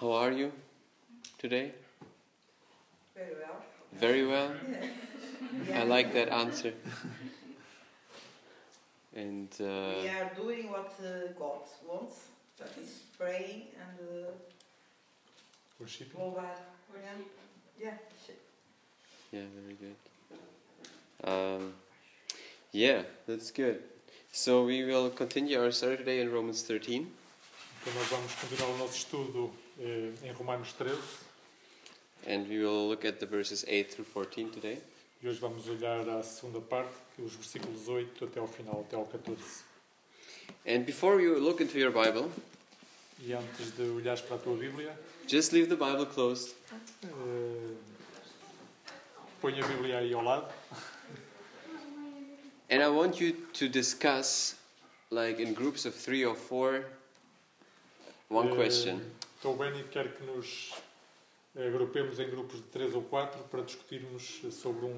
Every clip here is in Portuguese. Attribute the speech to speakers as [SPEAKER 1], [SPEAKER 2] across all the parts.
[SPEAKER 1] How are you today?
[SPEAKER 2] Very well.
[SPEAKER 1] Very well. I like that answer. and
[SPEAKER 2] we
[SPEAKER 1] uh,
[SPEAKER 2] are doing what uh, God wants, that is praying and uh,
[SPEAKER 3] Worshiping.
[SPEAKER 2] mobile. Yeah. yeah. sh-
[SPEAKER 1] yeah, very good. Um, yeah, that's good. So we will continue our study today in Romans 13,
[SPEAKER 3] Então nós vamos continuar o nosso estudo eh, em Romanos 13
[SPEAKER 1] and we will look at the verses 8 through 14 today.
[SPEAKER 3] e hoje vamos olhar à segunda parte, que é os versículos 8 até ao final, até ao 14.
[SPEAKER 1] And before you look into your Bible,
[SPEAKER 3] E antes de olhares para a tua Bíblia,
[SPEAKER 1] just leave the Bible closed
[SPEAKER 3] eh, põe a Bíblia aí ao lado
[SPEAKER 1] And I want you to discuss, like in groups of three or four, one
[SPEAKER 3] Eh,
[SPEAKER 1] question.
[SPEAKER 3] Estou bem e quero que nos agrupemos em grupos de 3 ou 4 para discutirmos sobre um,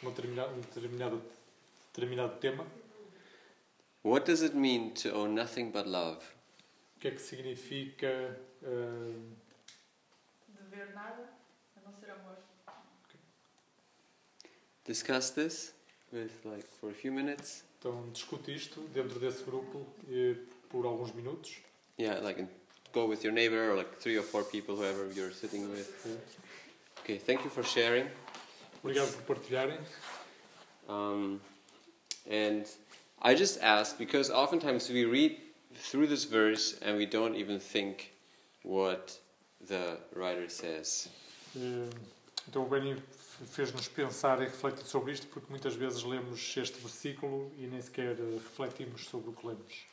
[SPEAKER 3] uma determina- um determinado, determinado tema.
[SPEAKER 1] What does it mean to owe nothing but love?
[SPEAKER 3] O que é que significa, eh,
[SPEAKER 2] Dever nada a não ser amor.
[SPEAKER 1] Discuss this with like for a few minutes.
[SPEAKER 3] então discute isto dentro desse grupo eh, por alguns minutos.
[SPEAKER 1] Yeah, like in, go with your neighbor or like three or four people, whoever you're sitting with.
[SPEAKER 3] Eh,
[SPEAKER 1] Okay, thank you for sharing.
[SPEAKER 3] Obrigado por partilharem.
[SPEAKER 1] Um, and I just ask because oftentimes we read through this verse and we don't even think what the writer says.
[SPEAKER 3] Eh, Então o Benny fez-nos pensar e refletir sobre isto porque muitas vezes lemos este versículo e nem sequer eh, refletimos sobre o que lemos.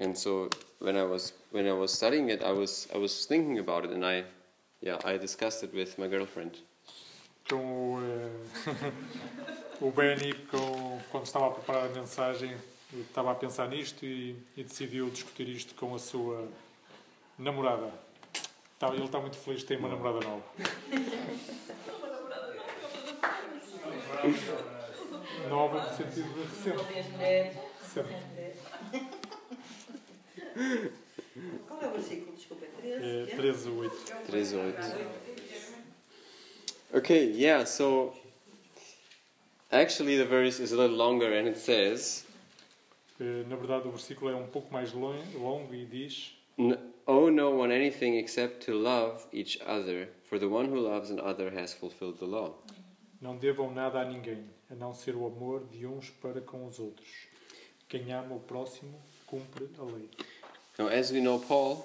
[SPEAKER 1] and so when I was when I was studying it, I was I was thinking about it, and I, yeah, I discussed it with my girlfriend.
[SPEAKER 3] com o, eh, o Benny, com, quando estava a preparar a mensagem, estava a pensar nisto e, e decidiu discutir isto com a sua namorada. Tá, Ele está muito feliz de ter uma namorada nova. Nova no sentido de recente.
[SPEAKER 2] Todas as mulheres.
[SPEAKER 3] recente.
[SPEAKER 2] Qual é o versículo? Desculpa, é 13?
[SPEAKER 3] É,
[SPEAKER 2] yeah?
[SPEAKER 3] 13 8.
[SPEAKER 1] Três oito. Okay, yeah. So actually, the verse is a little longer, and it says,
[SPEAKER 3] Eh, Na verdade, o versículo é um pouco mais lon- longo e diz...
[SPEAKER 1] N- "Owe no one anything except to love each other, for the one who loves another has fulfilled the law."
[SPEAKER 3] Não devam nada a ninguém, a não ser o amor de uns para com os outros. Quem ama o próximo cumpre a lei.
[SPEAKER 1] Now, as we know, Paul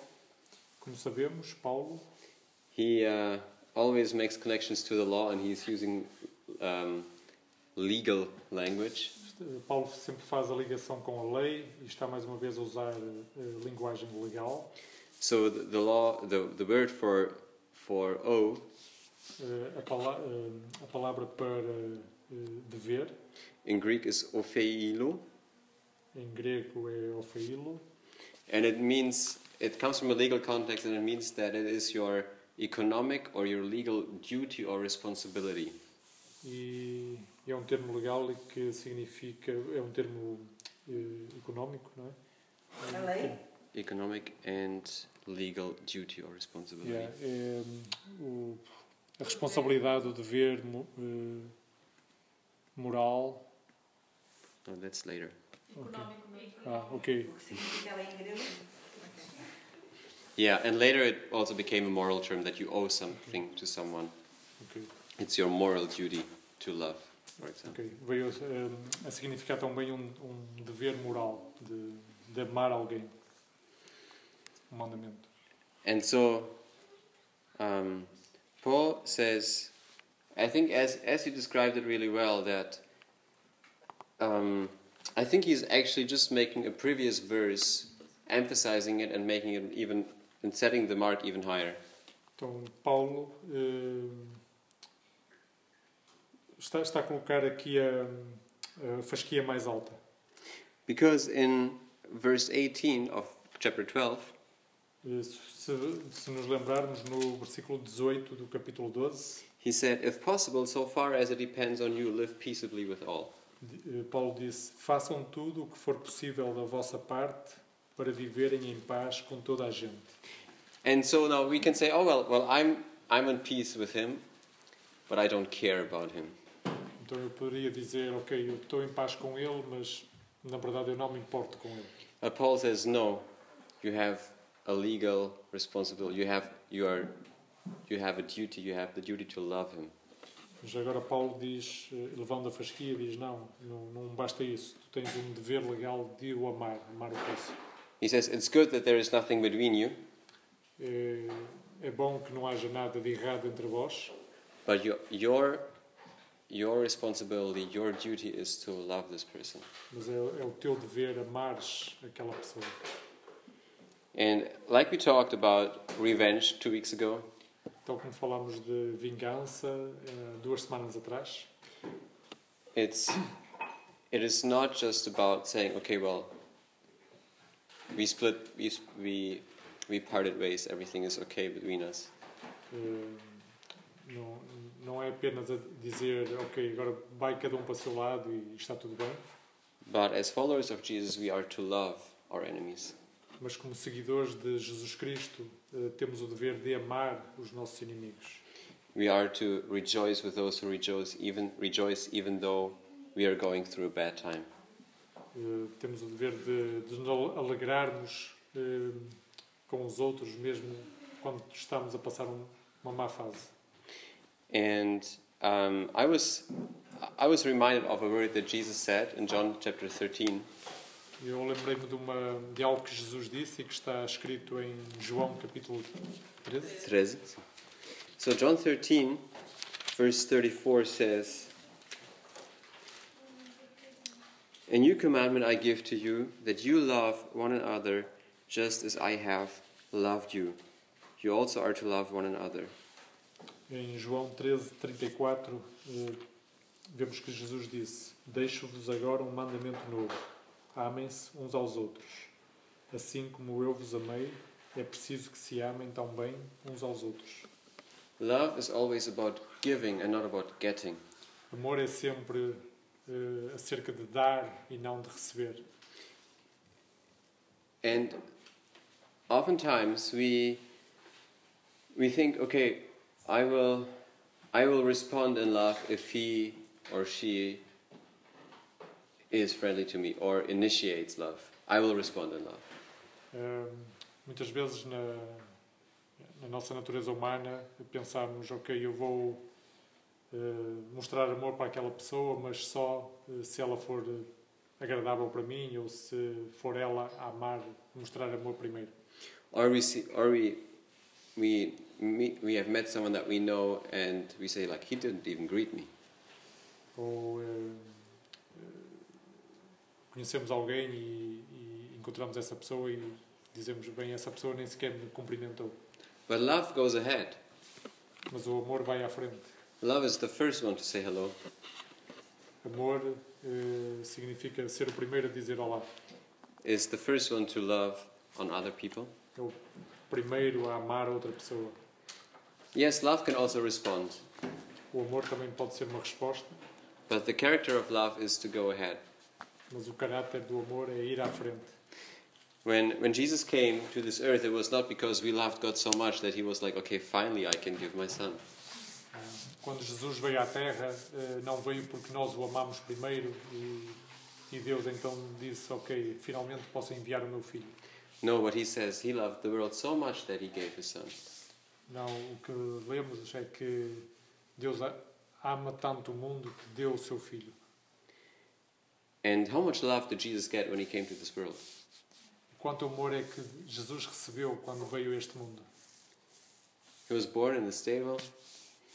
[SPEAKER 3] Como sabemos, Paulo
[SPEAKER 1] he uh, always makes connections to the law, and he's using um, legal language.
[SPEAKER 3] Paulo sempre faz a ligação com a lei e está mais uma vez a usar eh, linguagem legal.
[SPEAKER 1] So the, the law, the, the word for for owe
[SPEAKER 3] Eh, a, pala eh, a palavra para eh, dever
[SPEAKER 1] in Greek is opheilo,
[SPEAKER 3] em grego é ofeilo
[SPEAKER 1] and it means it comes from a legal context, and it means that it is your economic or your legal duty or responsibility.
[SPEAKER 3] e é um termo legal e que significa é um termo eh, económico, não é?
[SPEAKER 2] A lei?
[SPEAKER 1] Economic and legal duty or responsibility.
[SPEAKER 3] Yeah, é, hum, o- a responsabilidade, o dever mo- eh, moral.
[SPEAKER 1] No, Oh, that's later.
[SPEAKER 3] Económico Ah, ok.
[SPEAKER 2] O que significa ela em grego?
[SPEAKER 1] Yeah, and later it also became a moral term that you owe something to someone.
[SPEAKER 3] ok,
[SPEAKER 1] It's your moral duty to love, for example.
[SPEAKER 3] ok. Veio hum, a significar também um, um dever moral de, de amar alguém. Um mandamento.
[SPEAKER 1] And so, um, Paul says, I think as as you described it really well, that um, I think he's actually just making a previous verse, emphasizing it and making it even and setting the mark even higher.
[SPEAKER 3] Então, Paulo hum, está, está a colocar aqui a, a fasquia mais alta.
[SPEAKER 1] Because in verse 18 of chapter 12,
[SPEAKER 3] Eh, Se, se nos lembrarmos no versículo 18 do capítulo 12,
[SPEAKER 1] he said, If possible, so far as it depends on you, live peaceably with all.
[SPEAKER 3] Eh, Paulo disse: Façam tudo o que for possível da vossa parte para viverem em paz com toda a gente.
[SPEAKER 1] And so now we can say, oh well, well I'm I'm in peace with him, but I don't care about him.
[SPEAKER 3] Então eu poderia dizer, ok, eu estou em paz com ele, mas na verdade eu não me importo com ele.
[SPEAKER 1] But Uh, Paul says, no, you have a legal responsibility. You have you are you have a duty. You have the duty to love him.
[SPEAKER 3] Mas agora Paulo diz, eh, levando a fasquia, diz, não, não, não basta isso, tu tens um dever legal de o amar, amar o próximo.
[SPEAKER 1] He says it's good that there is nothing between you,
[SPEAKER 3] É, é bom que não haja nada de errado entre vós,
[SPEAKER 1] but your your your responsibility, your duty is to love this person.
[SPEAKER 3] mas é, é o teu dever amares aquela pessoa.
[SPEAKER 1] And like we talked about revenge two weeks ago,
[SPEAKER 3] Então, como falámos de vingança eh, duas semanas atrás,
[SPEAKER 1] it's it is not just about saying okay well we split we s- we we parted ways everything is okay between us
[SPEAKER 3] eh, não, não é apenas a dizer, ok, agora vai cada um para o seu lado e está tudo bem,
[SPEAKER 1] but as followers of jesus we are to love our enemies
[SPEAKER 3] mas como seguidores de Jesus Cristo, eh, temos o dever de amar os nossos inimigos.
[SPEAKER 1] we are to rejoice with those who rejoice even rejoice even though we are going through a bad time
[SPEAKER 3] Eh, temos o dever de, de nos al- alegrarmos eh, com os outros, mesmo quando estamos a passar um- uma má fase.
[SPEAKER 1] and um, i was i was reminded of a word that jesus said in john chapter 13
[SPEAKER 3] Eu lembrei-me de, uma, de algo que Jesus disse e que está escrito em João capítulo 13.
[SPEAKER 1] 13. So John 13, verse 34 says, A new commandment I give to you, that you love one another just as I have loved you. You also are to love one another.
[SPEAKER 3] Em João 13, 34, eh, vemos que Jesus disse: Deixo-vos agora um mandamento novo. Amem-se uns aos outros. Assim como eu vos amei, é preciso que se amem tão bem uns aos outros.
[SPEAKER 1] Love is always about giving and not about getting.
[SPEAKER 3] Amor é sempre eh, acerca de dar e não de receber.
[SPEAKER 1] And oftentimes we we think, okay, I will I will respond in love if he or she is friendly to me or initiates love. I will respond in love.
[SPEAKER 3] Eh, muitas vezes na, na nossa natureza humana pensamos, ok, eu vou eh, mostrar amor para aquela pessoa, mas só eh, se ela for eh, agradável para mim ou se for ela a amar, mostrar amor primeiro.
[SPEAKER 1] Or we see, or we we meet, we have met someone that we know and we say like he didn't even greet me.
[SPEAKER 3] Ou eh, eh, conhecemos alguém e, e encontramos essa pessoa e dizemos, bem, essa pessoa nem sequer me cumprimentou.
[SPEAKER 1] But love goes ahead.
[SPEAKER 3] Mas o amor vai à frente.
[SPEAKER 1] Love is the first one to say hello.
[SPEAKER 3] Amor eh, significa ser o primeiro a dizer olá.
[SPEAKER 1] Is the first one to love on other people.
[SPEAKER 3] É o primeiro a amar outra pessoa.
[SPEAKER 1] Yes, love can also respond.
[SPEAKER 3] O amor também pode ser uma resposta,
[SPEAKER 1] But the character of love is to go ahead.
[SPEAKER 3] mas o caráter do amor é ir à frente.
[SPEAKER 1] When, when Jesus came to this earth, it was not because we loved God so much that he was like, okay, finally I can give my son.
[SPEAKER 3] Ah, Quando Jesus veio à Terra, eh, não veio porque nós o amamos primeiro e, e Deus então disse: Ok, finalmente posso enviar o meu filho.
[SPEAKER 1] No, what he says, he loved the world so much that he gave his son.
[SPEAKER 3] Não, o que lemos é que Deus a- ama tanto o mundo que deu o seu filho.
[SPEAKER 1] And how much love did Jesus get when he came to this world?
[SPEAKER 3] Quanto amor é que Jesus recebeu quando veio a este mundo?
[SPEAKER 1] He was born in the stable.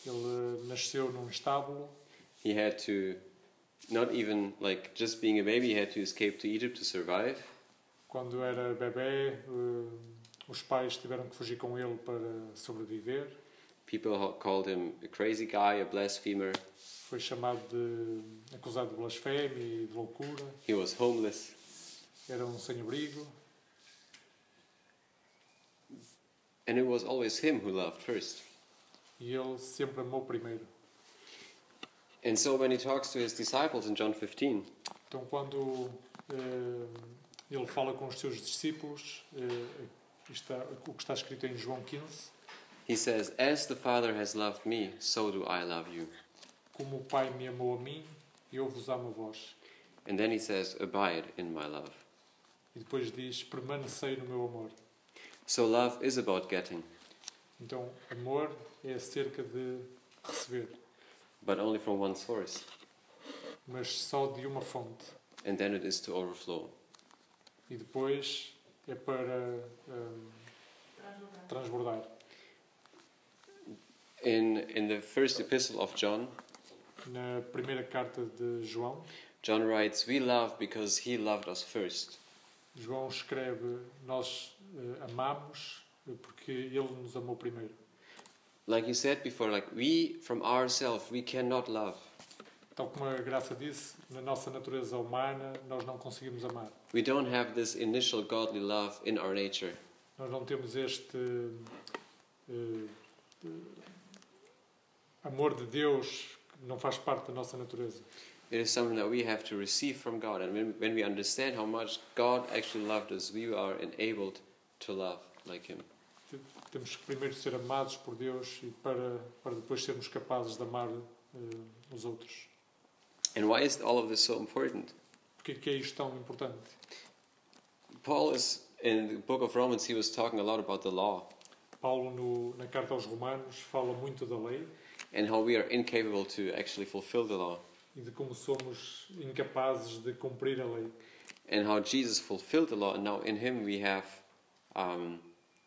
[SPEAKER 3] Ele eh, nasceu num estábulo,
[SPEAKER 1] He had to, not even like just being a baby, he had to escape to Egypt to survive.
[SPEAKER 3] Quando era bebê, eh, os pais tiveram que fugir com ele para sobreviver.
[SPEAKER 1] People ho- called him a crazy guy, a blasphemer.
[SPEAKER 3] Foi chamado de acusado de blasfémia e de loucura.
[SPEAKER 1] He was homeless.
[SPEAKER 3] Era um sem-abrigo,
[SPEAKER 1] And it was always him who loved first.
[SPEAKER 3] e ele sempre amou primeiro.
[SPEAKER 1] And so when he talks to his disciples in John 15,
[SPEAKER 3] Então, quando eh, Ele fala com os seus discípulos, eh, está- o que está escrito em João 15:
[SPEAKER 1] He says, As the Father has loved me, so do I love you.
[SPEAKER 3] Como o Pai me amou a mim, eu vos amo a vós.
[SPEAKER 1] And then he says, Abide in my love.
[SPEAKER 3] E depois diz: Permanecei no meu amor.
[SPEAKER 1] So love is about getting,
[SPEAKER 3] Então, amor é acerca de receber,
[SPEAKER 1] but only from one source.
[SPEAKER 3] mas só de uma fonte.
[SPEAKER 1] And then it is to overflow.
[SPEAKER 3] E depois é para hum, transbordar.
[SPEAKER 1] In, in the first epistle of John,
[SPEAKER 3] Na primeira carta de João,
[SPEAKER 1] John writes, We love because he loved us first.
[SPEAKER 3] João escreve: Nós eh, amamos eh, porque ele nos amou primeiro.
[SPEAKER 1] Like you said before, like we from ourselves, we cannot love.
[SPEAKER 3] Tal como a Graça disse, na nossa natureza humana nós não conseguimos amar.
[SPEAKER 1] We don't have this initial godly love in our nature.
[SPEAKER 3] Nós não temos este eh, eh, amor de Deus que não faz parte da nossa natureza.
[SPEAKER 1] It is something that we have to receive from God. And when, when we understand how much God actually loved us, we are enabled to love like Him.
[SPEAKER 3] Temos que primeiro ser amados por Deus e para, para depois sermos capazes de amar eh, os outros.
[SPEAKER 1] And why is all of this so important?
[SPEAKER 3] Porquê que é isto tão importante?
[SPEAKER 1] Paul is, in the book of Romans, he was talking a lot about the law
[SPEAKER 3] Paulo, no, na carta aos Romanos, fala muito da lei
[SPEAKER 1] and how we are incapable to actually fulfill the law.
[SPEAKER 3] e de como somos incapazes de cumprir a lei.
[SPEAKER 1] and how Jesus fulfilled the law, and now in Him we have um,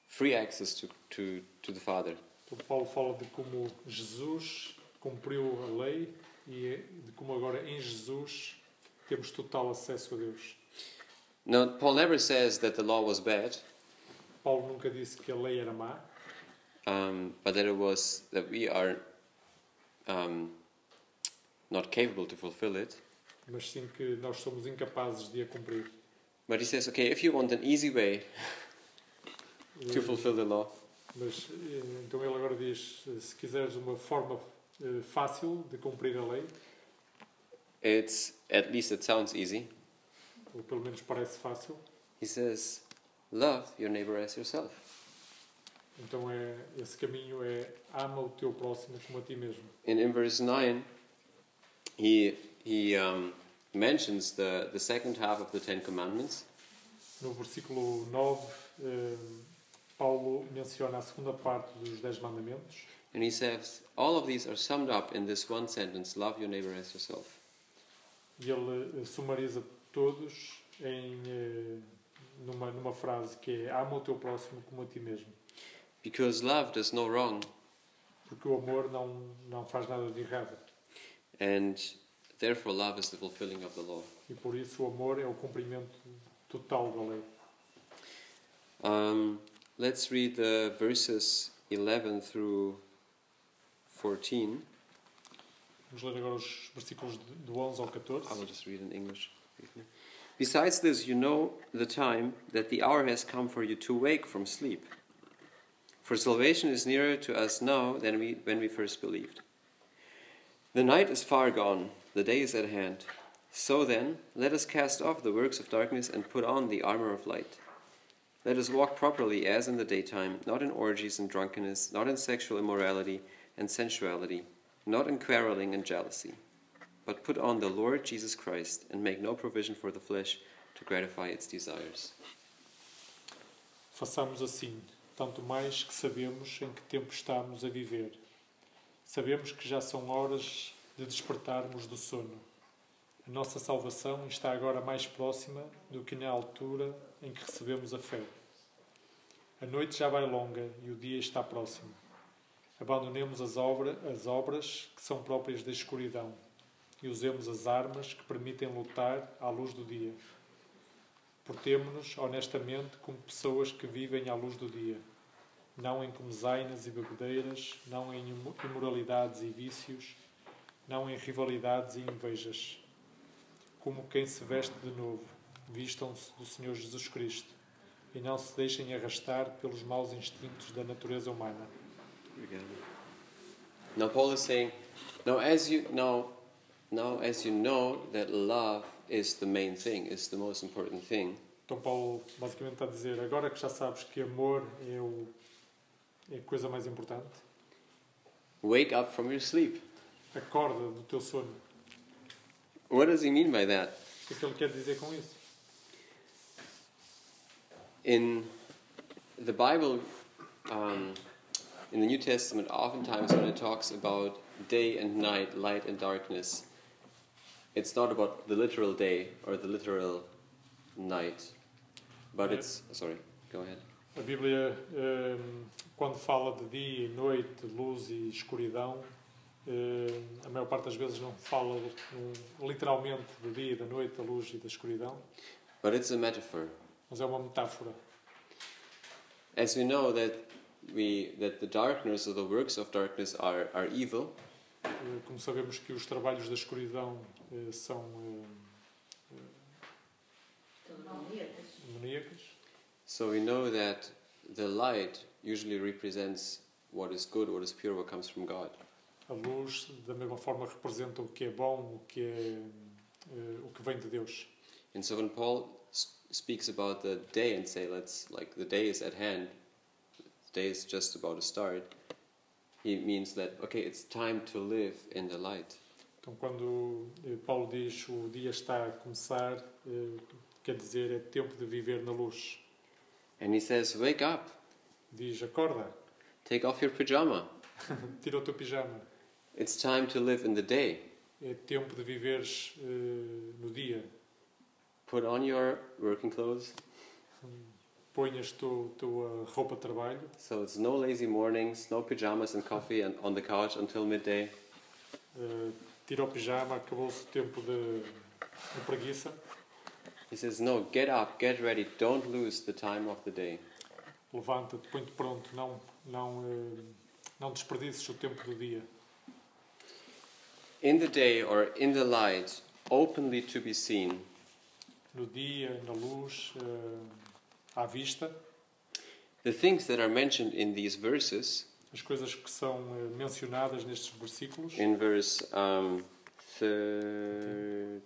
[SPEAKER 1] free access to, to, to the Father.
[SPEAKER 3] Então, Paulo fala de como Jesus cumpriu a lei e eh, de como agora em Jesus temos total acesso a Deus.
[SPEAKER 1] Now, Paul never says that the law was bad,
[SPEAKER 3] Paulo nunca disse que a lei era má,
[SPEAKER 1] um, but that it was that we are um, not capable to fulfill it.
[SPEAKER 3] mas sim que nós somos incapazes de a cumprir.
[SPEAKER 1] But he says, okay, if you want an easy way to
[SPEAKER 3] Eh,
[SPEAKER 1] fulfill the law,
[SPEAKER 3] Mas eh, então ele agora diz: eh, se quiseres uma forma eh, fácil de cumprir a lei,
[SPEAKER 1] it's at least it sounds easy.
[SPEAKER 3] ou pelo menos parece fácil,
[SPEAKER 1] He says, love your neighbor as yourself.
[SPEAKER 3] então é esse caminho é ama o teu próximo como a ti mesmo.
[SPEAKER 1] And in verse 9, he, he um, mentions the, the second half of the Ten Commandments.
[SPEAKER 3] No versículo 9, eh, Paulo menciona a segunda parte dos Dez Mandamentos
[SPEAKER 1] And he says, all of these are summed up in this one sentence love your neighbor as yourself.
[SPEAKER 3] e ele eh, sumariza todos em, eh, numa, numa frase que é ama o teu próximo como a ti mesmo.
[SPEAKER 1] Because love does no wrong,
[SPEAKER 3] Porque o amor não, não faz nada de errado
[SPEAKER 1] and therefore love is the fulfilling of the law.
[SPEAKER 3] e por isso o amor é o cumprimento total da lei.
[SPEAKER 1] Um, let's read the verses 11 through 14.
[SPEAKER 3] Vamos ler agora os versículos de- do 11 ao
[SPEAKER 1] I will
[SPEAKER 3] 14.
[SPEAKER 1] just read in English. Besides this, you know the time that the hour has come for you to wake from sleep. For salvation is nearer to us now than we, when we first believed. The night is far gone, the day is at hand. So then, let us cast off the works of darkness and put on the armor of light. Let us walk properly as in the daytime, not in orgies and drunkenness, not in sexual immorality and sensuality, not in quarreling and jealousy but put on the Lord Jesus Christ and make no provision for the flesh to gratify its desires.
[SPEAKER 3] Façamos assim, tanto mais que sabemos em que tempo estamos a viver. Sabemos que já são horas de despertarmos do sono. A nossa salvação está agora mais próxima do que na altura em que recebemos a fé. A noite já vai longa e o dia está próximo. Abandonemos as, obra, as obras que são próprias da escuridão e usemos as armas que permitem lutar à luz do dia. Portemo-nos honestamente como pessoas que vivem à luz do dia, não em comezainas e bebedeiras, não em imo- imoralidades e vícios, não em rivalidades e invejas. Como quem se veste de novo, vistam-se do Senhor Jesus Cristo e não se deixem arrastar pelos maus instintos da natureza humana.
[SPEAKER 1] Now Paul is saying, now as you now, now as you know that love is the main thing, is the most important thing,
[SPEAKER 3] Então Paulo basicamente está a dizer, agora que já sabes que amor é, o, é a coisa mais importante,
[SPEAKER 1] Wake up from your sleep.
[SPEAKER 3] acorda do teu sono.
[SPEAKER 1] What does he mean by that?
[SPEAKER 3] O que é que ele quer dizer com isso?
[SPEAKER 1] In the Bible, um, in the New Testament, oftentimes when it talks about day and night, light and darkness, it's not about the literal day or the literal night, but
[SPEAKER 3] Yeah.
[SPEAKER 1] it's sorry. Go ahead.
[SPEAKER 3] A Bíblia, ehm, quando fala de dia e noite, luz e escuridão, ehm, a maior parte das vezes não fala hum, literalmente do dia e da noite, da luz e da escuridão,
[SPEAKER 1] But it's a metaphor.
[SPEAKER 3] mas é uma metáfora.
[SPEAKER 1] As we know that we that the darkness or the works of darkness are, are evil,
[SPEAKER 3] Eh, Como sabemos que os trabalhos da escuridão eh, são eh, eh, demoníacos,
[SPEAKER 1] so we know that the light usually represents what is good, what is pure, what comes from God.
[SPEAKER 3] a luz da mesma forma representa o que é bom, o que, é, eh, o que vem de Deus.
[SPEAKER 1] And so when Paul s- speaks about the day and say, let's like the day is at hand, the day is just about to start, he means that okay, it's time to live in the light.
[SPEAKER 3] Então, quando eh, Paulo diz o dia está a começar, eh, quer dizer, é tempo de viver na luz.
[SPEAKER 1] And he says, wake up,
[SPEAKER 3] Diz, acorda,
[SPEAKER 1] take off your pajama.
[SPEAKER 3] tira o teu pijama.
[SPEAKER 1] It's time to live in the day.
[SPEAKER 3] É tempo de viveres eh, no dia.
[SPEAKER 1] Put on your working clothes.
[SPEAKER 3] Ponhas tu, tua roupa de trabalho.
[SPEAKER 1] So it's no lazy mornings, no pajamas and coffee and on the couch until midday.
[SPEAKER 3] eh, tira o pijama, acabou-se o tempo de, de preguiça.
[SPEAKER 1] He says, no, get up, get ready, don't lose the time of the day.
[SPEAKER 3] Levanta-te, põe-te pronto. Não, não, eh, não desperdices o tempo do dia.
[SPEAKER 1] In the day or in the light, openly to be seen,
[SPEAKER 3] No dia, na luz, eh, à vista.
[SPEAKER 1] The things that are mentioned in these verses,
[SPEAKER 3] as coisas que são eh, mencionadas nestes versículos,
[SPEAKER 1] in verse um, 13,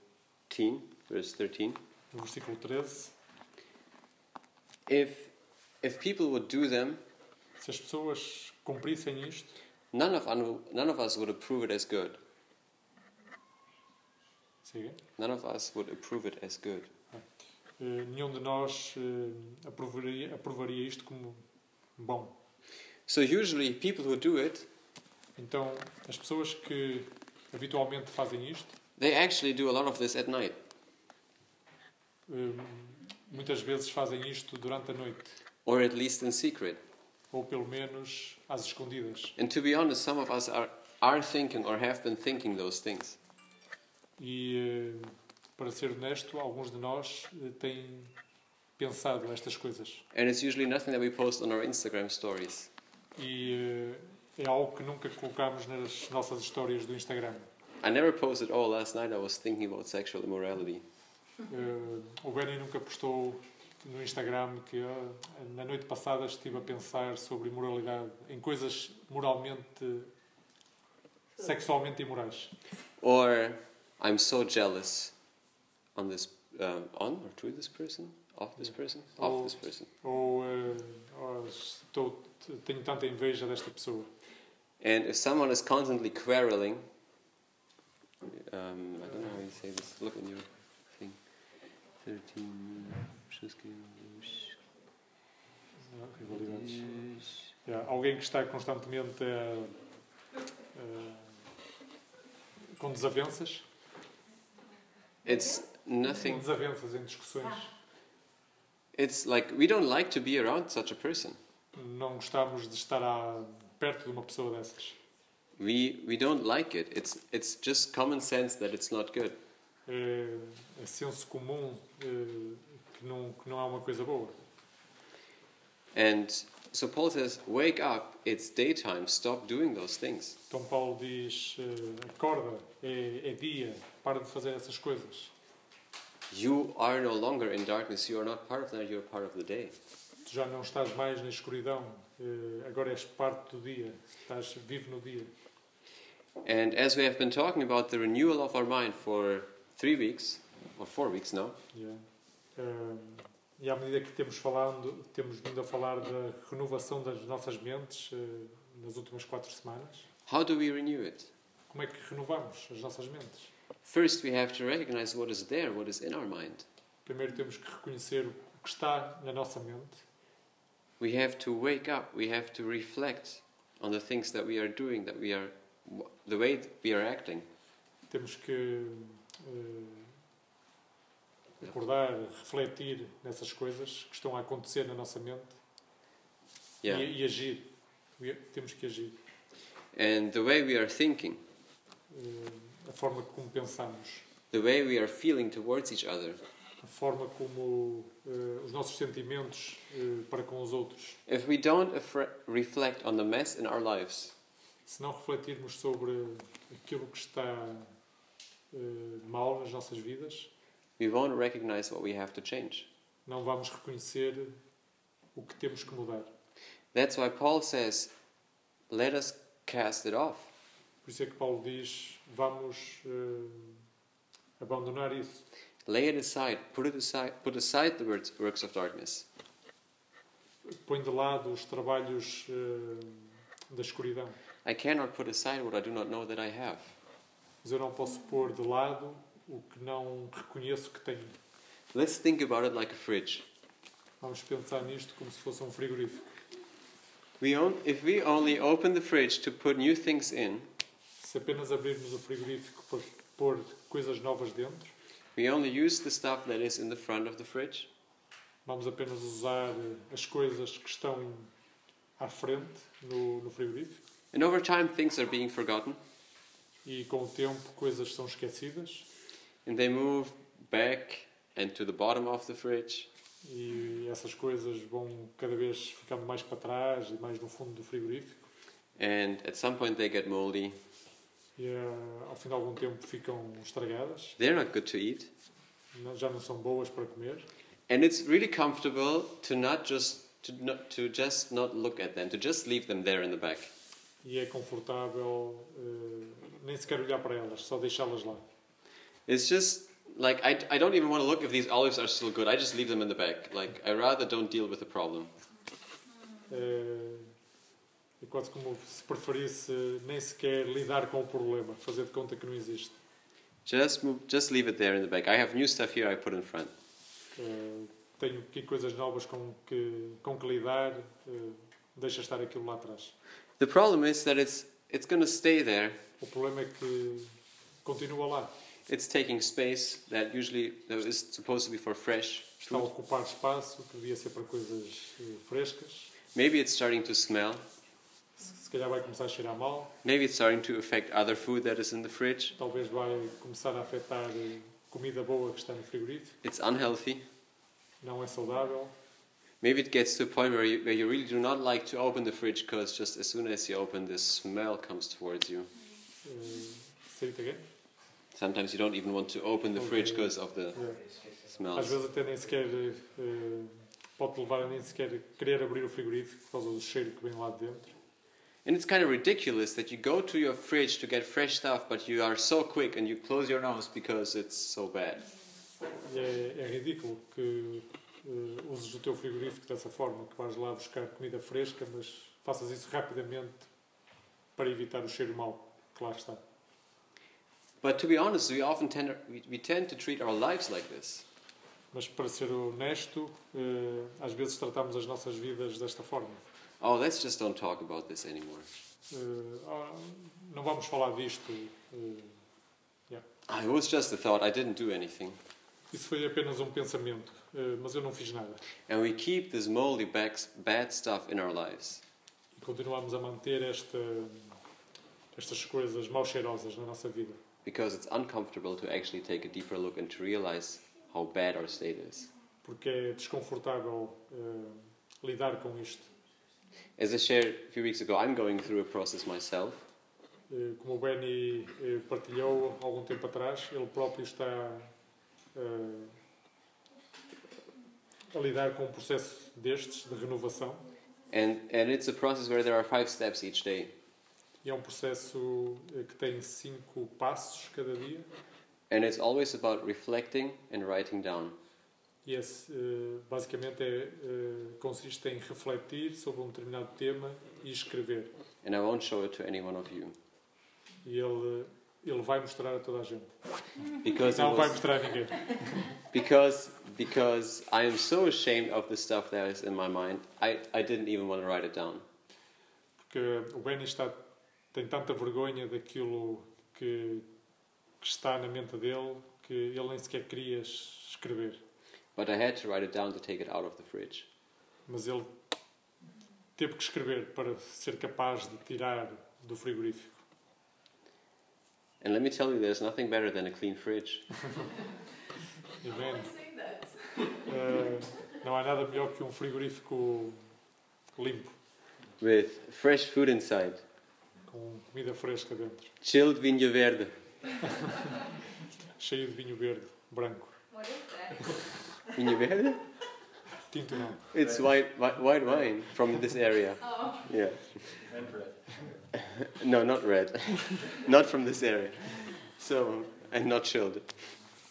[SPEAKER 1] verse 13,
[SPEAKER 3] no versículo 13,
[SPEAKER 1] if, if people would do them,
[SPEAKER 3] se as pessoas cumprissem isto,
[SPEAKER 1] none of, un, none of us would approve it as good.
[SPEAKER 3] siga,
[SPEAKER 1] None of us would approve it as good.
[SPEAKER 3] eh, nenhum de nós eh, aprovaria, aprovaria isto como bom.
[SPEAKER 1] So usually people who do it,
[SPEAKER 3] Então, as pessoas que habitualmente fazem isto,
[SPEAKER 1] they actually do a lot of this at night.
[SPEAKER 3] eh, muitas vezes fazem isto durante a noite,
[SPEAKER 1] Or at least in secret.
[SPEAKER 3] ou pelo menos às escondidas.
[SPEAKER 1] And to be honest, some of us are, are thinking or have been thinking those things.
[SPEAKER 3] E, eh, para ser honesto, alguns de nós eh, têm pensado estas coisas.
[SPEAKER 1] And it's usually nothing that we post on our Instagram stories.
[SPEAKER 3] e eh, é algo que nunca colocámos nas nossas histórias do Instagram.
[SPEAKER 1] I never posted, oh, last night I was thinking about sexual immorality.
[SPEAKER 3] Eh, o Benny nunca postou no Instagram que "Ah, na noite passada estive a pensar sobre imoralidade, em coisas moralmente, sexualmente imorais.
[SPEAKER 1] Or, I'm so jealous on this, um, on or to this person? Of this person?
[SPEAKER 3] Oh.
[SPEAKER 1] Of this person.
[SPEAKER 3] Ou, eh, ou estou, tenho tanta inveja desta pessoa.
[SPEAKER 1] And if someone is constantly quarreling, um, I don't know how you say this, look in your thing. 13.
[SPEAKER 3] Não, Ah, rivalidades. Yeah, alguém que está constantemente eh, eh, com desavenças,
[SPEAKER 1] It's
[SPEAKER 3] com
[SPEAKER 1] nothing.
[SPEAKER 3] desavenças em discussões.
[SPEAKER 1] It's like we don't like to be around such a person.
[SPEAKER 3] não gostamos de estar à- perto de uma pessoa dessas.
[SPEAKER 1] We, we don't like it. It's, it's just common sense that it's not good.
[SPEAKER 3] É, é senso comum eh, que, não, que não é uma coisa boa.
[SPEAKER 1] And so Paul says, Wake up, it's daytime, stop doing those things.
[SPEAKER 3] Então Paulo diz, eh, acorda, é, é dia, para de fazer essas coisas.
[SPEAKER 1] You are no longer in darkness, you are not part of that, you are part of the day.
[SPEAKER 3] Tu já não estás mais na escuridão, eh, agora és parte do dia, estás vivo no dia.
[SPEAKER 1] And as we have been talking about the renewal of our mind for three weeks, or four weeks now,
[SPEAKER 3] Yeah. Eh, E à medida que temos, falando, temos vindo a falar da renovação das nossas mentes eh, nas últimas quatro semanas,
[SPEAKER 1] How do we renew it?
[SPEAKER 3] como é que renovamos as nossas mentes?
[SPEAKER 1] First, we have to recognize what is there, what is in our mind.
[SPEAKER 3] Primeiro temos que reconhecer o que está na nossa mente,
[SPEAKER 1] We have to wake up, we have to reflect on the things that we are doing, that we are, the way that we are acting.
[SPEAKER 3] temos que
[SPEAKER 1] É.
[SPEAKER 3] eh, acordar, refletir nessas coisas que estão a acontecer na nossa mente
[SPEAKER 1] Yeah.
[SPEAKER 3] e, e agir. E- é, Temos que agir.
[SPEAKER 1] And the way we are thinking,
[SPEAKER 3] Eh, a forma como pensamos,
[SPEAKER 1] the way we are feeling towards each other.
[SPEAKER 3] a forma como eh, os nossos sentimentos eh, para com os outros.
[SPEAKER 1] If we don't afre- reflect on the mess in our lives,
[SPEAKER 3] Se não refletirmos sobre aquilo que está eh, mal nas nossas vidas,
[SPEAKER 1] we won't recognize what we have to change.
[SPEAKER 3] não vamos reconhecer o que temos que mudar.
[SPEAKER 1] That's why Paul says, let us cast it off.
[SPEAKER 3] Por isso é que Paulo diz: vamos eh, abandonar isso,
[SPEAKER 1] Lay it aside, put, it aside, put aside the words, works of darkness.
[SPEAKER 3] põe de lado os trabalhos eh, da escuridão.
[SPEAKER 1] I cannot put aside what I do not know that I have.
[SPEAKER 3] Mas eu não posso pôr de lado o que não reconheço que tenho.
[SPEAKER 1] Let's think about it like a fridge.
[SPEAKER 3] Vamos pensar nisto como se fosse um frigorífico.
[SPEAKER 1] We on, if we only open the fridge to put new things in,
[SPEAKER 3] Se apenas abrirmos o frigorífico para pôr coisas novas dentro,
[SPEAKER 1] we only use the stuff that is in the front of the fridge,
[SPEAKER 3] vamos apenas usar eh, as coisas que estão à frente no, no frigorífico
[SPEAKER 1] and over time things are being forgotten
[SPEAKER 3] e com o tempo coisas são esquecidas
[SPEAKER 1] and they move back and to the bottom of the fridge.
[SPEAKER 3] e essas coisas vão cada vez ficando mais para trás e mais no fundo do frigorífico
[SPEAKER 1] And at some point they get moldy.
[SPEAKER 3] e eh, ao fim de algum tempo ficam estragadas,
[SPEAKER 1] They're not good to eat.
[SPEAKER 3] não- já não são boas para comer
[SPEAKER 1] And it's really comfortable to not just to, not, to just not look at them, to just leave them there in the back.
[SPEAKER 3] e é confortável eh, nem sequer olhar para elas, só deixá-las lá.
[SPEAKER 1] It's just like I, I don't even want to look if these olives are still good. I just leave them in the back. Like I rather don't deal with the problem.
[SPEAKER 3] Eh, é quase como se preferisse nem sequer lidar com o problema, fazer de conta que não existe.
[SPEAKER 1] Just move, just leave it there in the back. I have new stuff here. I put in front.
[SPEAKER 3] Eh, tenho aqui coisas novas com que, com que lidar, eh, deixa estar aquilo lá atrás.
[SPEAKER 1] The problem is that it's it's gonna stay there.
[SPEAKER 3] O problema é que continua lá.
[SPEAKER 1] It's taking space that usually that is supposed to be for fresh
[SPEAKER 3] Está a
[SPEAKER 1] food.
[SPEAKER 3] ocupar espaço que devia ser para coisas eh, frescas.
[SPEAKER 1] Maybe it's starting to smell.
[SPEAKER 3] Se se calhar vai começar a cheirar mal.
[SPEAKER 1] Maybe it's starting to affect other food that is in the fridge.
[SPEAKER 3] Talvez vai começar a afetar eh, comida boa que está no frigorífico.
[SPEAKER 1] It's unhealthy.
[SPEAKER 3] Não é saudável.
[SPEAKER 1] Maybe it gets to a point where you, where you really do not like to open the fridge because just as soon as you open, this smell comes towards you.
[SPEAKER 3] Eh, Say it again.
[SPEAKER 1] Sometimes you don't even want to open the
[SPEAKER 3] Okay.
[SPEAKER 1] fridge because of the
[SPEAKER 3] Eh, Às
[SPEAKER 1] smells.
[SPEAKER 3] vezes até nem sequer eh, pode levar a nem sequer querer abrir o frigorífico por causa do cheiro que vem lá de dentro.
[SPEAKER 1] And it's kind of ridiculous that you go to your fridge to get fresh stuff, but you are so quick and you close your nose because it's so bad.
[SPEAKER 3] E é, é ridículo que eh, uses o teu frigorífico dessa forma, que vais lá buscar comida fresca, mas faças isso rapidamente para evitar o cheiro mau, que lá está.
[SPEAKER 1] But to be honest, we often tend we, we tend to treat our lives like this.
[SPEAKER 3] Mas para ser honesto, eh, às vezes tratamos as nossas vidas desta forma.
[SPEAKER 1] Oh, let's just don't talk about this anymore.
[SPEAKER 3] Eh, ah, não vamos falar disto. eh,
[SPEAKER 1] Ah, it was just a thought. I didn't do anything.
[SPEAKER 3] isso foi apenas um pensamento, eh, mas eu não fiz nada.
[SPEAKER 1] And we keep this moldy back, bad stuff in our lives.
[SPEAKER 3] E continuamos a manter esta, estas coisas mal cheirosas na nossa vida.
[SPEAKER 1] because it's uncomfortable to actually take a deeper look and to realize how bad our state is.
[SPEAKER 3] porque é desconfortável eh, lidar com isto.
[SPEAKER 1] As I shared a few weeks ago, I'm going through a process myself,
[SPEAKER 3] Eh, como o Benny eh, partilhou há algum tempo atrás, ele próprio está eh, a lidar com um processo destes, de renovação,
[SPEAKER 1] and, and it's a process where there are five steps each day.
[SPEAKER 3] e é um processo eh, que tem cinco passos cada dia,
[SPEAKER 1] And it's always about reflecting and writing down.
[SPEAKER 3] E esse, eh, basicamente, é, eh, consiste em refletir sobre um determinado tema e escrever.
[SPEAKER 1] And I won't show it to any one of you
[SPEAKER 3] E ele, ele vai mostrar a toda a gente.
[SPEAKER 1] because it
[SPEAKER 3] Não vai
[SPEAKER 1] was,
[SPEAKER 3] mostrar a ninguém.
[SPEAKER 1] because because I am so ashamed of the stuff that is in my mind. I, I didn't even want to write it down.
[SPEAKER 3] Porque o Benny está, tem tanta vergonha daquilo que, que está na mente dele que ele nem sequer queria es- escrever.
[SPEAKER 1] But I had to write it down to take it out of the fridge.
[SPEAKER 3] Mas ele teve que escrever para ser capaz de tirar do frigorífico.
[SPEAKER 1] And let me tell you, there's nothing better than a clean fridge.
[SPEAKER 3] E bem,
[SPEAKER 4] Saying that.
[SPEAKER 3] eh, não há nada melhor que um frigorífico limpo,
[SPEAKER 1] with fresh food inside,
[SPEAKER 3] com comida fresca dentro,
[SPEAKER 1] chilled vinho verde.
[SPEAKER 3] cheio de vinho verde, branco.
[SPEAKER 4] What is that?
[SPEAKER 1] Vinho verde?
[SPEAKER 3] Tinto não.
[SPEAKER 1] It's white, white, white wine from this area.
[SPEAKER 4] Oh,
[SPEAKER 1] Yeah.
[SPEAKER 5] And bread.
[SPEAKER 1] No, not red. not from this area. So, and not chilled.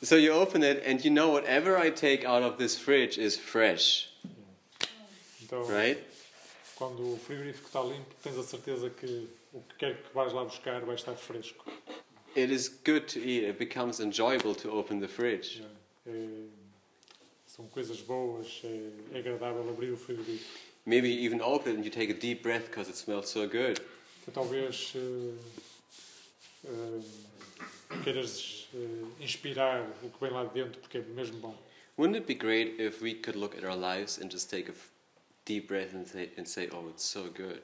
[SPEAKER 1] So you open it and you know whatever I take out of this fridge is fresh,
[SPEAKER 3] Então,
[SPEAKER 1] right?
[SPEAKER 3] quando o frigorífico está limpo, tens a certeza que o que quer que vais lá buscar vai estar fresco.
[SPEAKER 1] It is good to eat. It becomes enjoyable to open the fridge.
[SPEAKER 3] Já, é- são coisas boas, é, é agradável abrir o frigorífico.
[SPEAKER 1] Maybe you even open it and you take a deep breath because it smells so good.
[SPEAKER 3] Tu talvez eh, eh, queiras eh, inspirar o que vem lá dentro, porque é mesmo bom.
[SPEAKER 1] Wouldn't it be great if we could look at our lives and just take a f- deep breath and say, and say, oh, it's so good?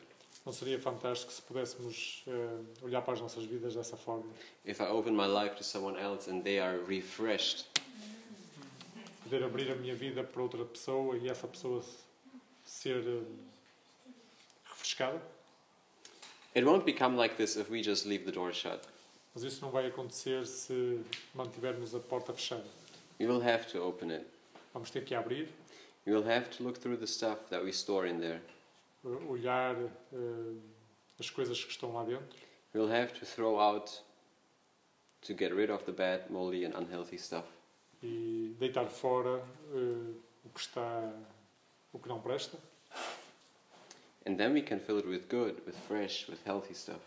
[SPEAKER 3] Não seria fantástico se pudéssemos eh, olhar para as nossas vidas dessa forma?
[SPEAKER 1] If I open my life to someone else and they are refreshed,
[SPEAKER 3] Poder abrir a minha vida para outra pessoa e essa pessoa se- ser eh, refrescada?
[SPEAKER 1] it won't become like this if we just leave the door shut.
[SPEAKER 3] Mas isso não vai acontecer se mantivermos a porta fechada.
[SPEAKER 1] We will have to open it.
[SPEAKER 3] Vamos ter que abrir,
[SPEAKER 1] We will have to look through the stuff that we store in there.
[SPEAKER 3] eh, olhar eh, as coisas que estão lá dentro,
[SPEAKER 1] We will have to throw out to get rid of the bad, moldy, and unhealthy stuff.
[SPEAKER 3] e deitar fora eh, o que está o que não presta
[SPEAKER 1] And then we can fill it with good, with fresh, with healthy stuff.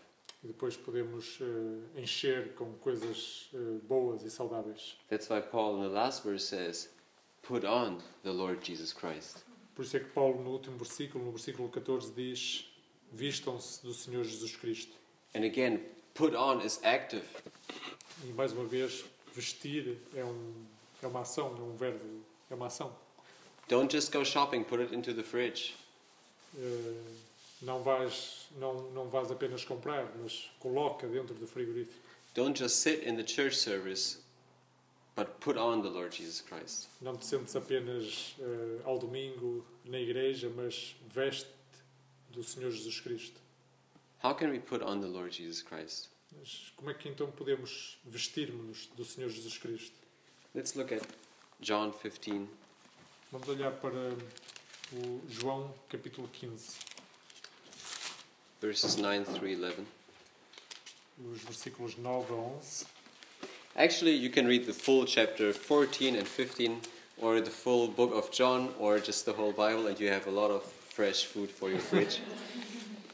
[SPEAKER 3] e depois podemos eh, encher com coisas eh, boas e saudáveis.
[SPEAKER 1] That's why Paul in the last verse says, Put on the Lord Jesus Christ.
[SPEAKER 3] Por isso é que Paulo no último versículo, no versículo 14 diz: "Vistam-se do Senhor Jesus Cristo".
[SPEAKER 1] And again, put on is active.
[SPEAKER 3] E mais uma vez, vestir é um é uma ação, é um verbo, é uma ação.
[SPEAKER 1] Don't just go shopping, put it into the fridge.
[SPEAKER 3] Eh, não vais não não vais apenas comprar, mas coloca dentro do frigorífico.
[SPEAKER 1] Don't just sit in the church service, but put on the Lord Jesus Christ.
[SPEAKER 3] Não te sentes apenas eh, ao domingo na igreja, mas veste do Senhor Jesus Cristo.
[SPEAKER 1] How can we put on the Lord Jesus Christ?
[SPEAKER 3] Mas como é que então podemos vestir-nos do Senhor Jesus Cristo?
[SPEAKER 1] Let's look at John 15.
[SPEAKER 3] Vamos olhar para o João capítulo 15,
[SPEAKER 1] Verses 9 through 11.
[SPEAKER 3] os versículos 9 a 11.
[SPEAKER 1] Actually, you can read the full chapter 14 and 15, or the full book of John, or just the whole Bible, and you have a lot of fresh food for your fridge.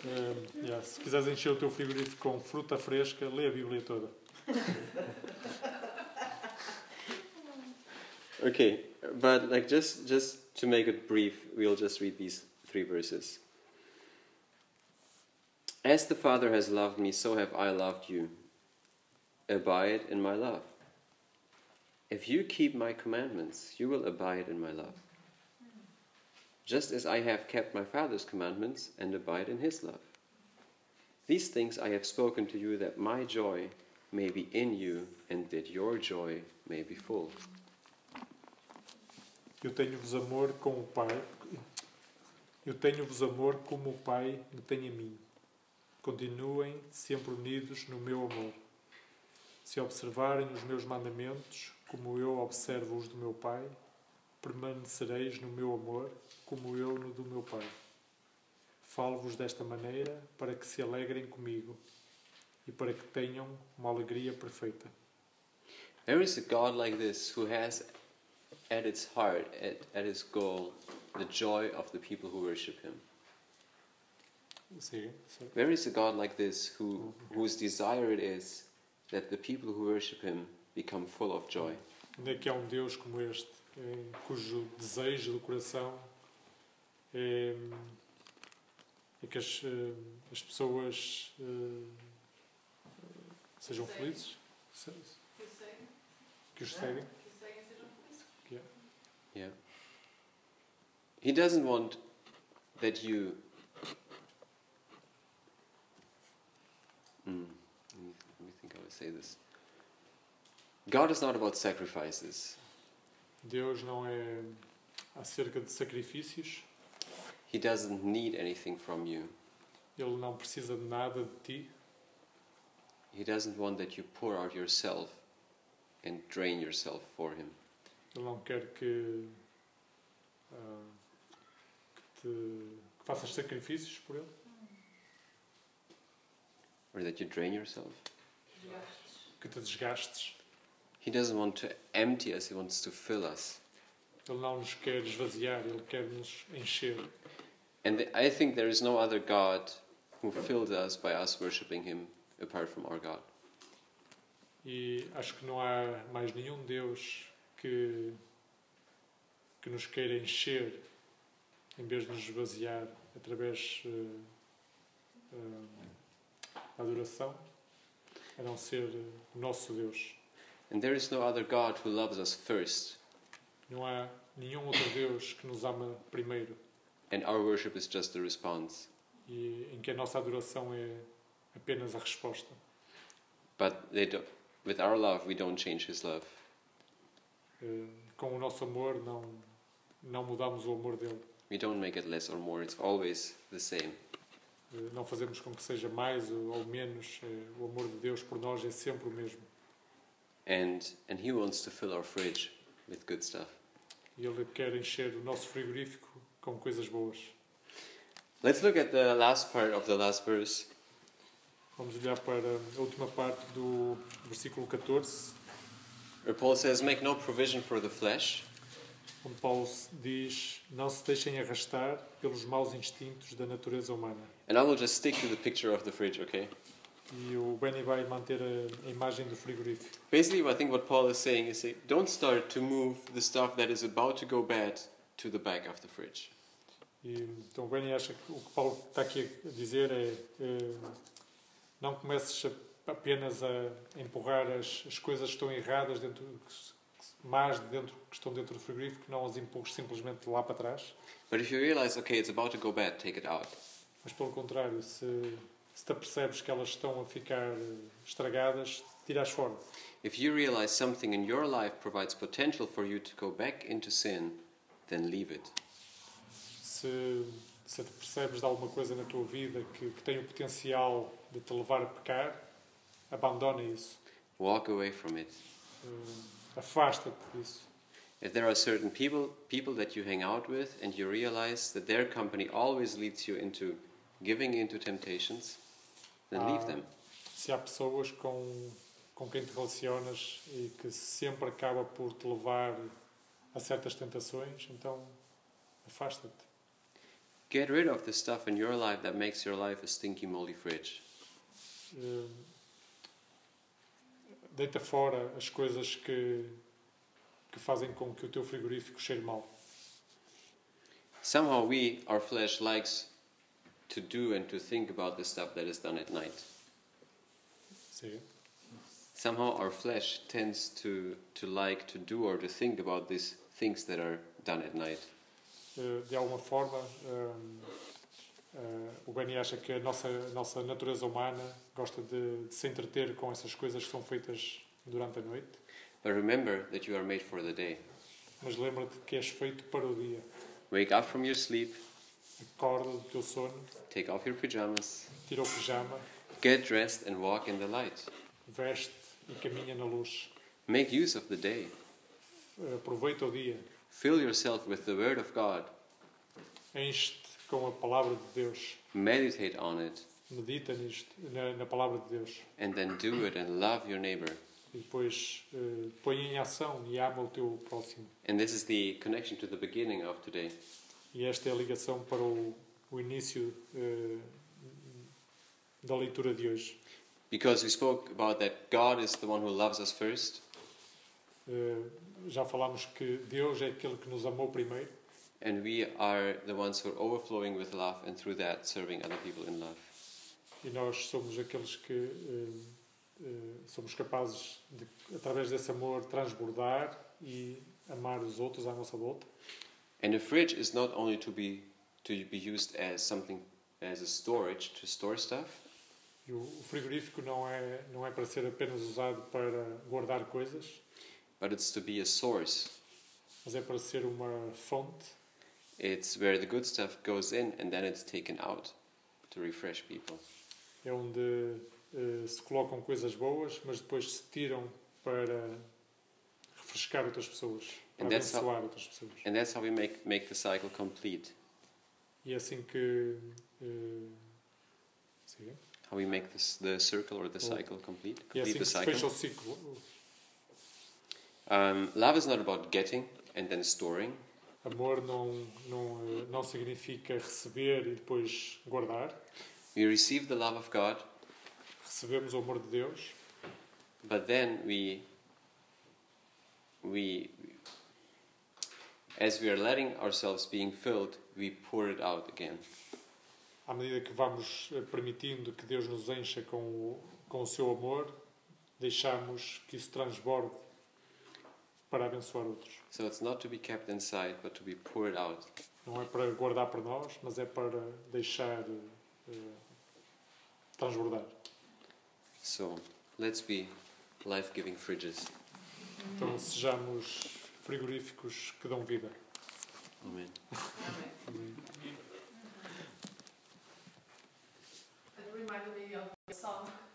[SPEAKER 3] Eh, yeah, se quiseres encher o teu frigorífico com fruta fresca, lê a Bíblia toda.
[SPEAKER 1] Okay, but like just just to make it brief, we'll just read these three verses. As the Father has loved me, so have I loved you. Abide in my love. If you keep my commandments, you will abide in my love. Just as I have kept my Father's commandments and abide in his love. These things I have spoken to you that my joy may be in you and that your joy may be full.
[SPEAKER 3] Eu tenho-vos amor como o Pai. Eu tenho-vos amor como o Pai me tem a mim. Continuem sempre unidos no meu amor. Se observarem os meus mandamentos, como eu observo os do meu Pai, permanecereis no meu amor, como eu no do meu Pai. Falo-vos desta maneira para que se alegrem comigo e para que tenham uma alegria perfeita.
[SPEAKER 1] There is a God like this who has at its heart, at, at its goal, the joy of the people who worship him.
[SPEAKER 3] Siga. siga.
[SPEAKER 1] Where is a God like this who, whose desire it is that the people who worship him become full of joy?
[SPEAKER 3] Onde é que há um Deus como este, eh, cujo desejo do coração é, é que as, eh, as pessoas eh, sejam
[SPEAKER 4] Sim.
[SPEAKER 3] felizes? Se-
[SPEAKER 4] Que o seguem,
[SPEAKER 3] Que os seguem?
[SPEAKER 4] que o seguem sejam felizes.
[SPEAKER 1] Yeah. He doesn't want that you. Mm, mm, let me think how I say this. God is not about sacrifices.
[SPEAKER 3] Deus não é acerca de sacrifícios,
[SPEAKER 1] He doesn't need anything from you.
[SPEAKER 3] Ele não precisa de nada de ti,
[SPEAKER 1] He doesn't want that you pour out yourself and drain yourself for Him.
[SPEAKER 3] Ele não quer que, ah, que, te, que faças sacrifícios por Ele,
[SPEAKER 1] or that you drain yourself.
[SPEAKER 4] Desgastes.
[SPEAKER 3] que te desgastes.
[SPEAKER 1] He doesn't want to empty us, He wants to fill us.
[SPEAKER 3] Ele não nos quer esvaziar, Ele quer nos encher.
[SPEAKER 1] And th- I think there is no other God who fills us by us worshipping Him apart from our God.
[SPEAKER 3] E acho que não há mais nenhum Deus que, que nos queira encher em vez de nos esvaziar através ah, ah, da adoração, a não ser ah, o nosso Deus.
[SPEAKER 1] And there is no other God who loves us first,
[SPEAKER 3] Não há nenhum outro Deus que nos ama primeiro
[SPEAKER 1] and our worship is just a response.
[SPEAKER 3] e em que a nossa adoração é apenas a resposta.
[SPEAKER 1] But they do- with our love, we don't change His love.
[SPEAKER 3] Eh, Com o nosso amor não não mudamos o amor dele,
[SPEAKER 1] We don't make it less or more, it's always the same.
[SPEAKER 3] Eh, não fazemos com que seja mais ou ou menos. Eh, O amor de Deus por nós é sempre o mesmo.
[SPEAKER 1] And, and He wants to fill our fridge with good stuff.
[SPEAKER 3] E ele quer encher o nosso frigorífico com coisas boas.
[SPEAKER 1] Let's look at the last part of the last verse.
[SPEAKER 3] Vamos olhar para a última parte do versículo 14,
[SPEAKER 1] Where Paul says, Make no provision for the flesh,
[SPEAKER 3] onde Paulo se diz: Não se deixem arrastar pelos maus instintos da natureza humana.
[SPEAKER 1] and I will just stick to the picture of the fridge, okay?
[SPEAKER 3] E o Benny vai manter a, a imagem do frigorífico.
[SPEAKER 1] Basically, I think what Paul is saying is say, don't start to move the stuff that is about to go bad to the back of the fridge.
[SPEAKER 3] E, então o Benny acha que o que Paulo está aqui a dizer é, eh, não comeces a- apenas a empurrar as, as coisas que estão erradas dentro, que se- que se- más de dentro, que estão dentro do frigorífico, não as empurres simplesmente lá para trás.
[SPEAKER 1] But if you realize, okay, it's about to go bad, take it out.
[SPEAKER 3] Mas pelo contrário, se, se te apercebes que elas estão a ficar eh, estragadas, tiras fora.
[SPEAKER 1] If you realize something in your life provides potential for you to go back into sin, then leave it.
[SPEAKER 3] se, se te percebes de alguma coisa na tua vida que, que tem o potencial de te levar a pecar, abandona isso.
[SPEAKER 1] Walk away from it.
[SPEAKER 3] Hum, Afasta-te disso.
[SPEAKER 1] If there are certain people, people that you hang out with and you realize that their company always leads you into giving into temptations, then leave
[SPEAKER 3] Ah.
[SPEAKER 1] them.
[SPEAKER 3] Se há pessoas com, com quem te relacionas e que sempre acaba por te levar a certas tentações, então afasta-te.
[SPEAKER 1] Get rid of the stuff in your life that makes your life a stinky, moldy fridge.
[SPEAKER 3] Hum, Deita fora as coisas que, que fazem com que o teu frigorífico cheire mal.
[SPEAKER 1] Somehow, we, our flesh, likes to do and to think about the stuff that is done at night.
[SPEAKER 3] Sim.
[SPEAKER 1] Somehow, our flesh tends to, to like to do or to think about these things that are done at night.
[SPEAKER 3] Eh, de alguma forma hum, eh, o Benny acha que a nossa, a nossa natureza humana gosta de, de se entreter com essas coisas que são feitas durante a noite
[SPEAKER 1] But remember that you are made for the day.
[SPEAKER 3] mas lembra-te que és feito para o dia
[SPEAKER 1] Wake up from your sleep,
[SPEAKER 3] acorda do teu sono
[SPEAKER 1] take off your pajamas,
[SPEAKER 3] tira o pijama
[SPEAKER 1] get dressed, and walk in the light.
[SPEAKER 3] veste e caminha na luz
[SPEAKER 1] Make use of the day.
[SPEAKER 3] Eh, aproveita o dia
[SPEAKER 1] Fill yourself with the Word of God.
[SPEAKER 3] enche-te com a palavra de Deus
[SPEAKER 1] Meditate on it.
[SPEAKER 3] medita nisto na, na palavra de Deus
[SPEAKER 1] and then do it and love your neighbor.
[SPEAKER 3] e depois eh, põe em ação e ama o teu próximo.
[SPEAKER 1] And this is the connection to the beginning of today.
[SPEAKER 3] E esta é a ligação para o, o início eh, da leitura de hoje.
[SPEAKER 1] Because we spoke about that God is the one who loves us first,
[SPEAKER 3] Eh, já falámos que Deus é aquele que nos amou primeiro
[SPEAKER 1] and we are the ones who are overflowing with love and through that serving other people in love.
[SPEAKER 3] e nós somos aqueles que eh, eh, somos capazes de, através desse amor, transbordar e amar os outros à nossa volta.
[SPEAKER 1] And the fridge is not only to be to be used as something as a storage to store stuff,
[SPEAKER 3] E o o frigorífico não é não é para ser apenas usado para guardar coisas,
[SPEAKER 1] but it's to be a source.
[SPEAKER 3] mas é para ser uma fonte
[SPEAKER 1] It's where the good stuff goes in and then it's taken out to refresh people.
[SPEAKER 3] é onde eh, se colocam coisas boas, mas depois se tiram para refrescar outras pessoas, para
[SPEAKER 1] And that's how-
[SPEAKER 3] abençoar outras pessoas.
[SPEAKER 1] And that's how we make make the cycle complete.
[SPEAKER 3] E é assim que eh, sim,
[SPEAKER 1] How we make this the circle or the
[SPEAKER 3] Well,
[SPEAKER 1] cycle complete?
[SPEAKER 3] e
[SPEAKER 1] Complete
[SPEAKER 3] é assim
[SPEAKER 1] the
[SPEAKER 3] que se
[SPEAKER 1] cycle.
[SPEAKER 3] fecha o ciclo.
[SPEAKER 1] Um, love is not about getting and then storing.
[SPEAKER 3] Amor não não eh, não significa receber e depois guardar.
[SPEAKER 1] We receive the love of God,
[SPEAKER 3] Recebemos o amor de Deus,
[SPEAKER 1] but then we we as we are letting ourselves being filled, we pour it out again.
[SPEAKER 3] à medida que vamos eh, permitindo que Deus nos encha com o, com o seu amor, deixamos que isso transborde para abençoar outros.
[SPEAKER 1] So it's not to be kept inside, but to be poured out.
[SPEAKER 3] Não é para guardar para nós, mas é para deixar eh, eh, transbordar.
[SPEAKER 1] So let's be life-giving fridges.
[SPEAKER 3] Então sejamos frigoríficos que dão vida.
[SPEAKER 1] Amen.
[SPEAKER 4] It reminded me of a song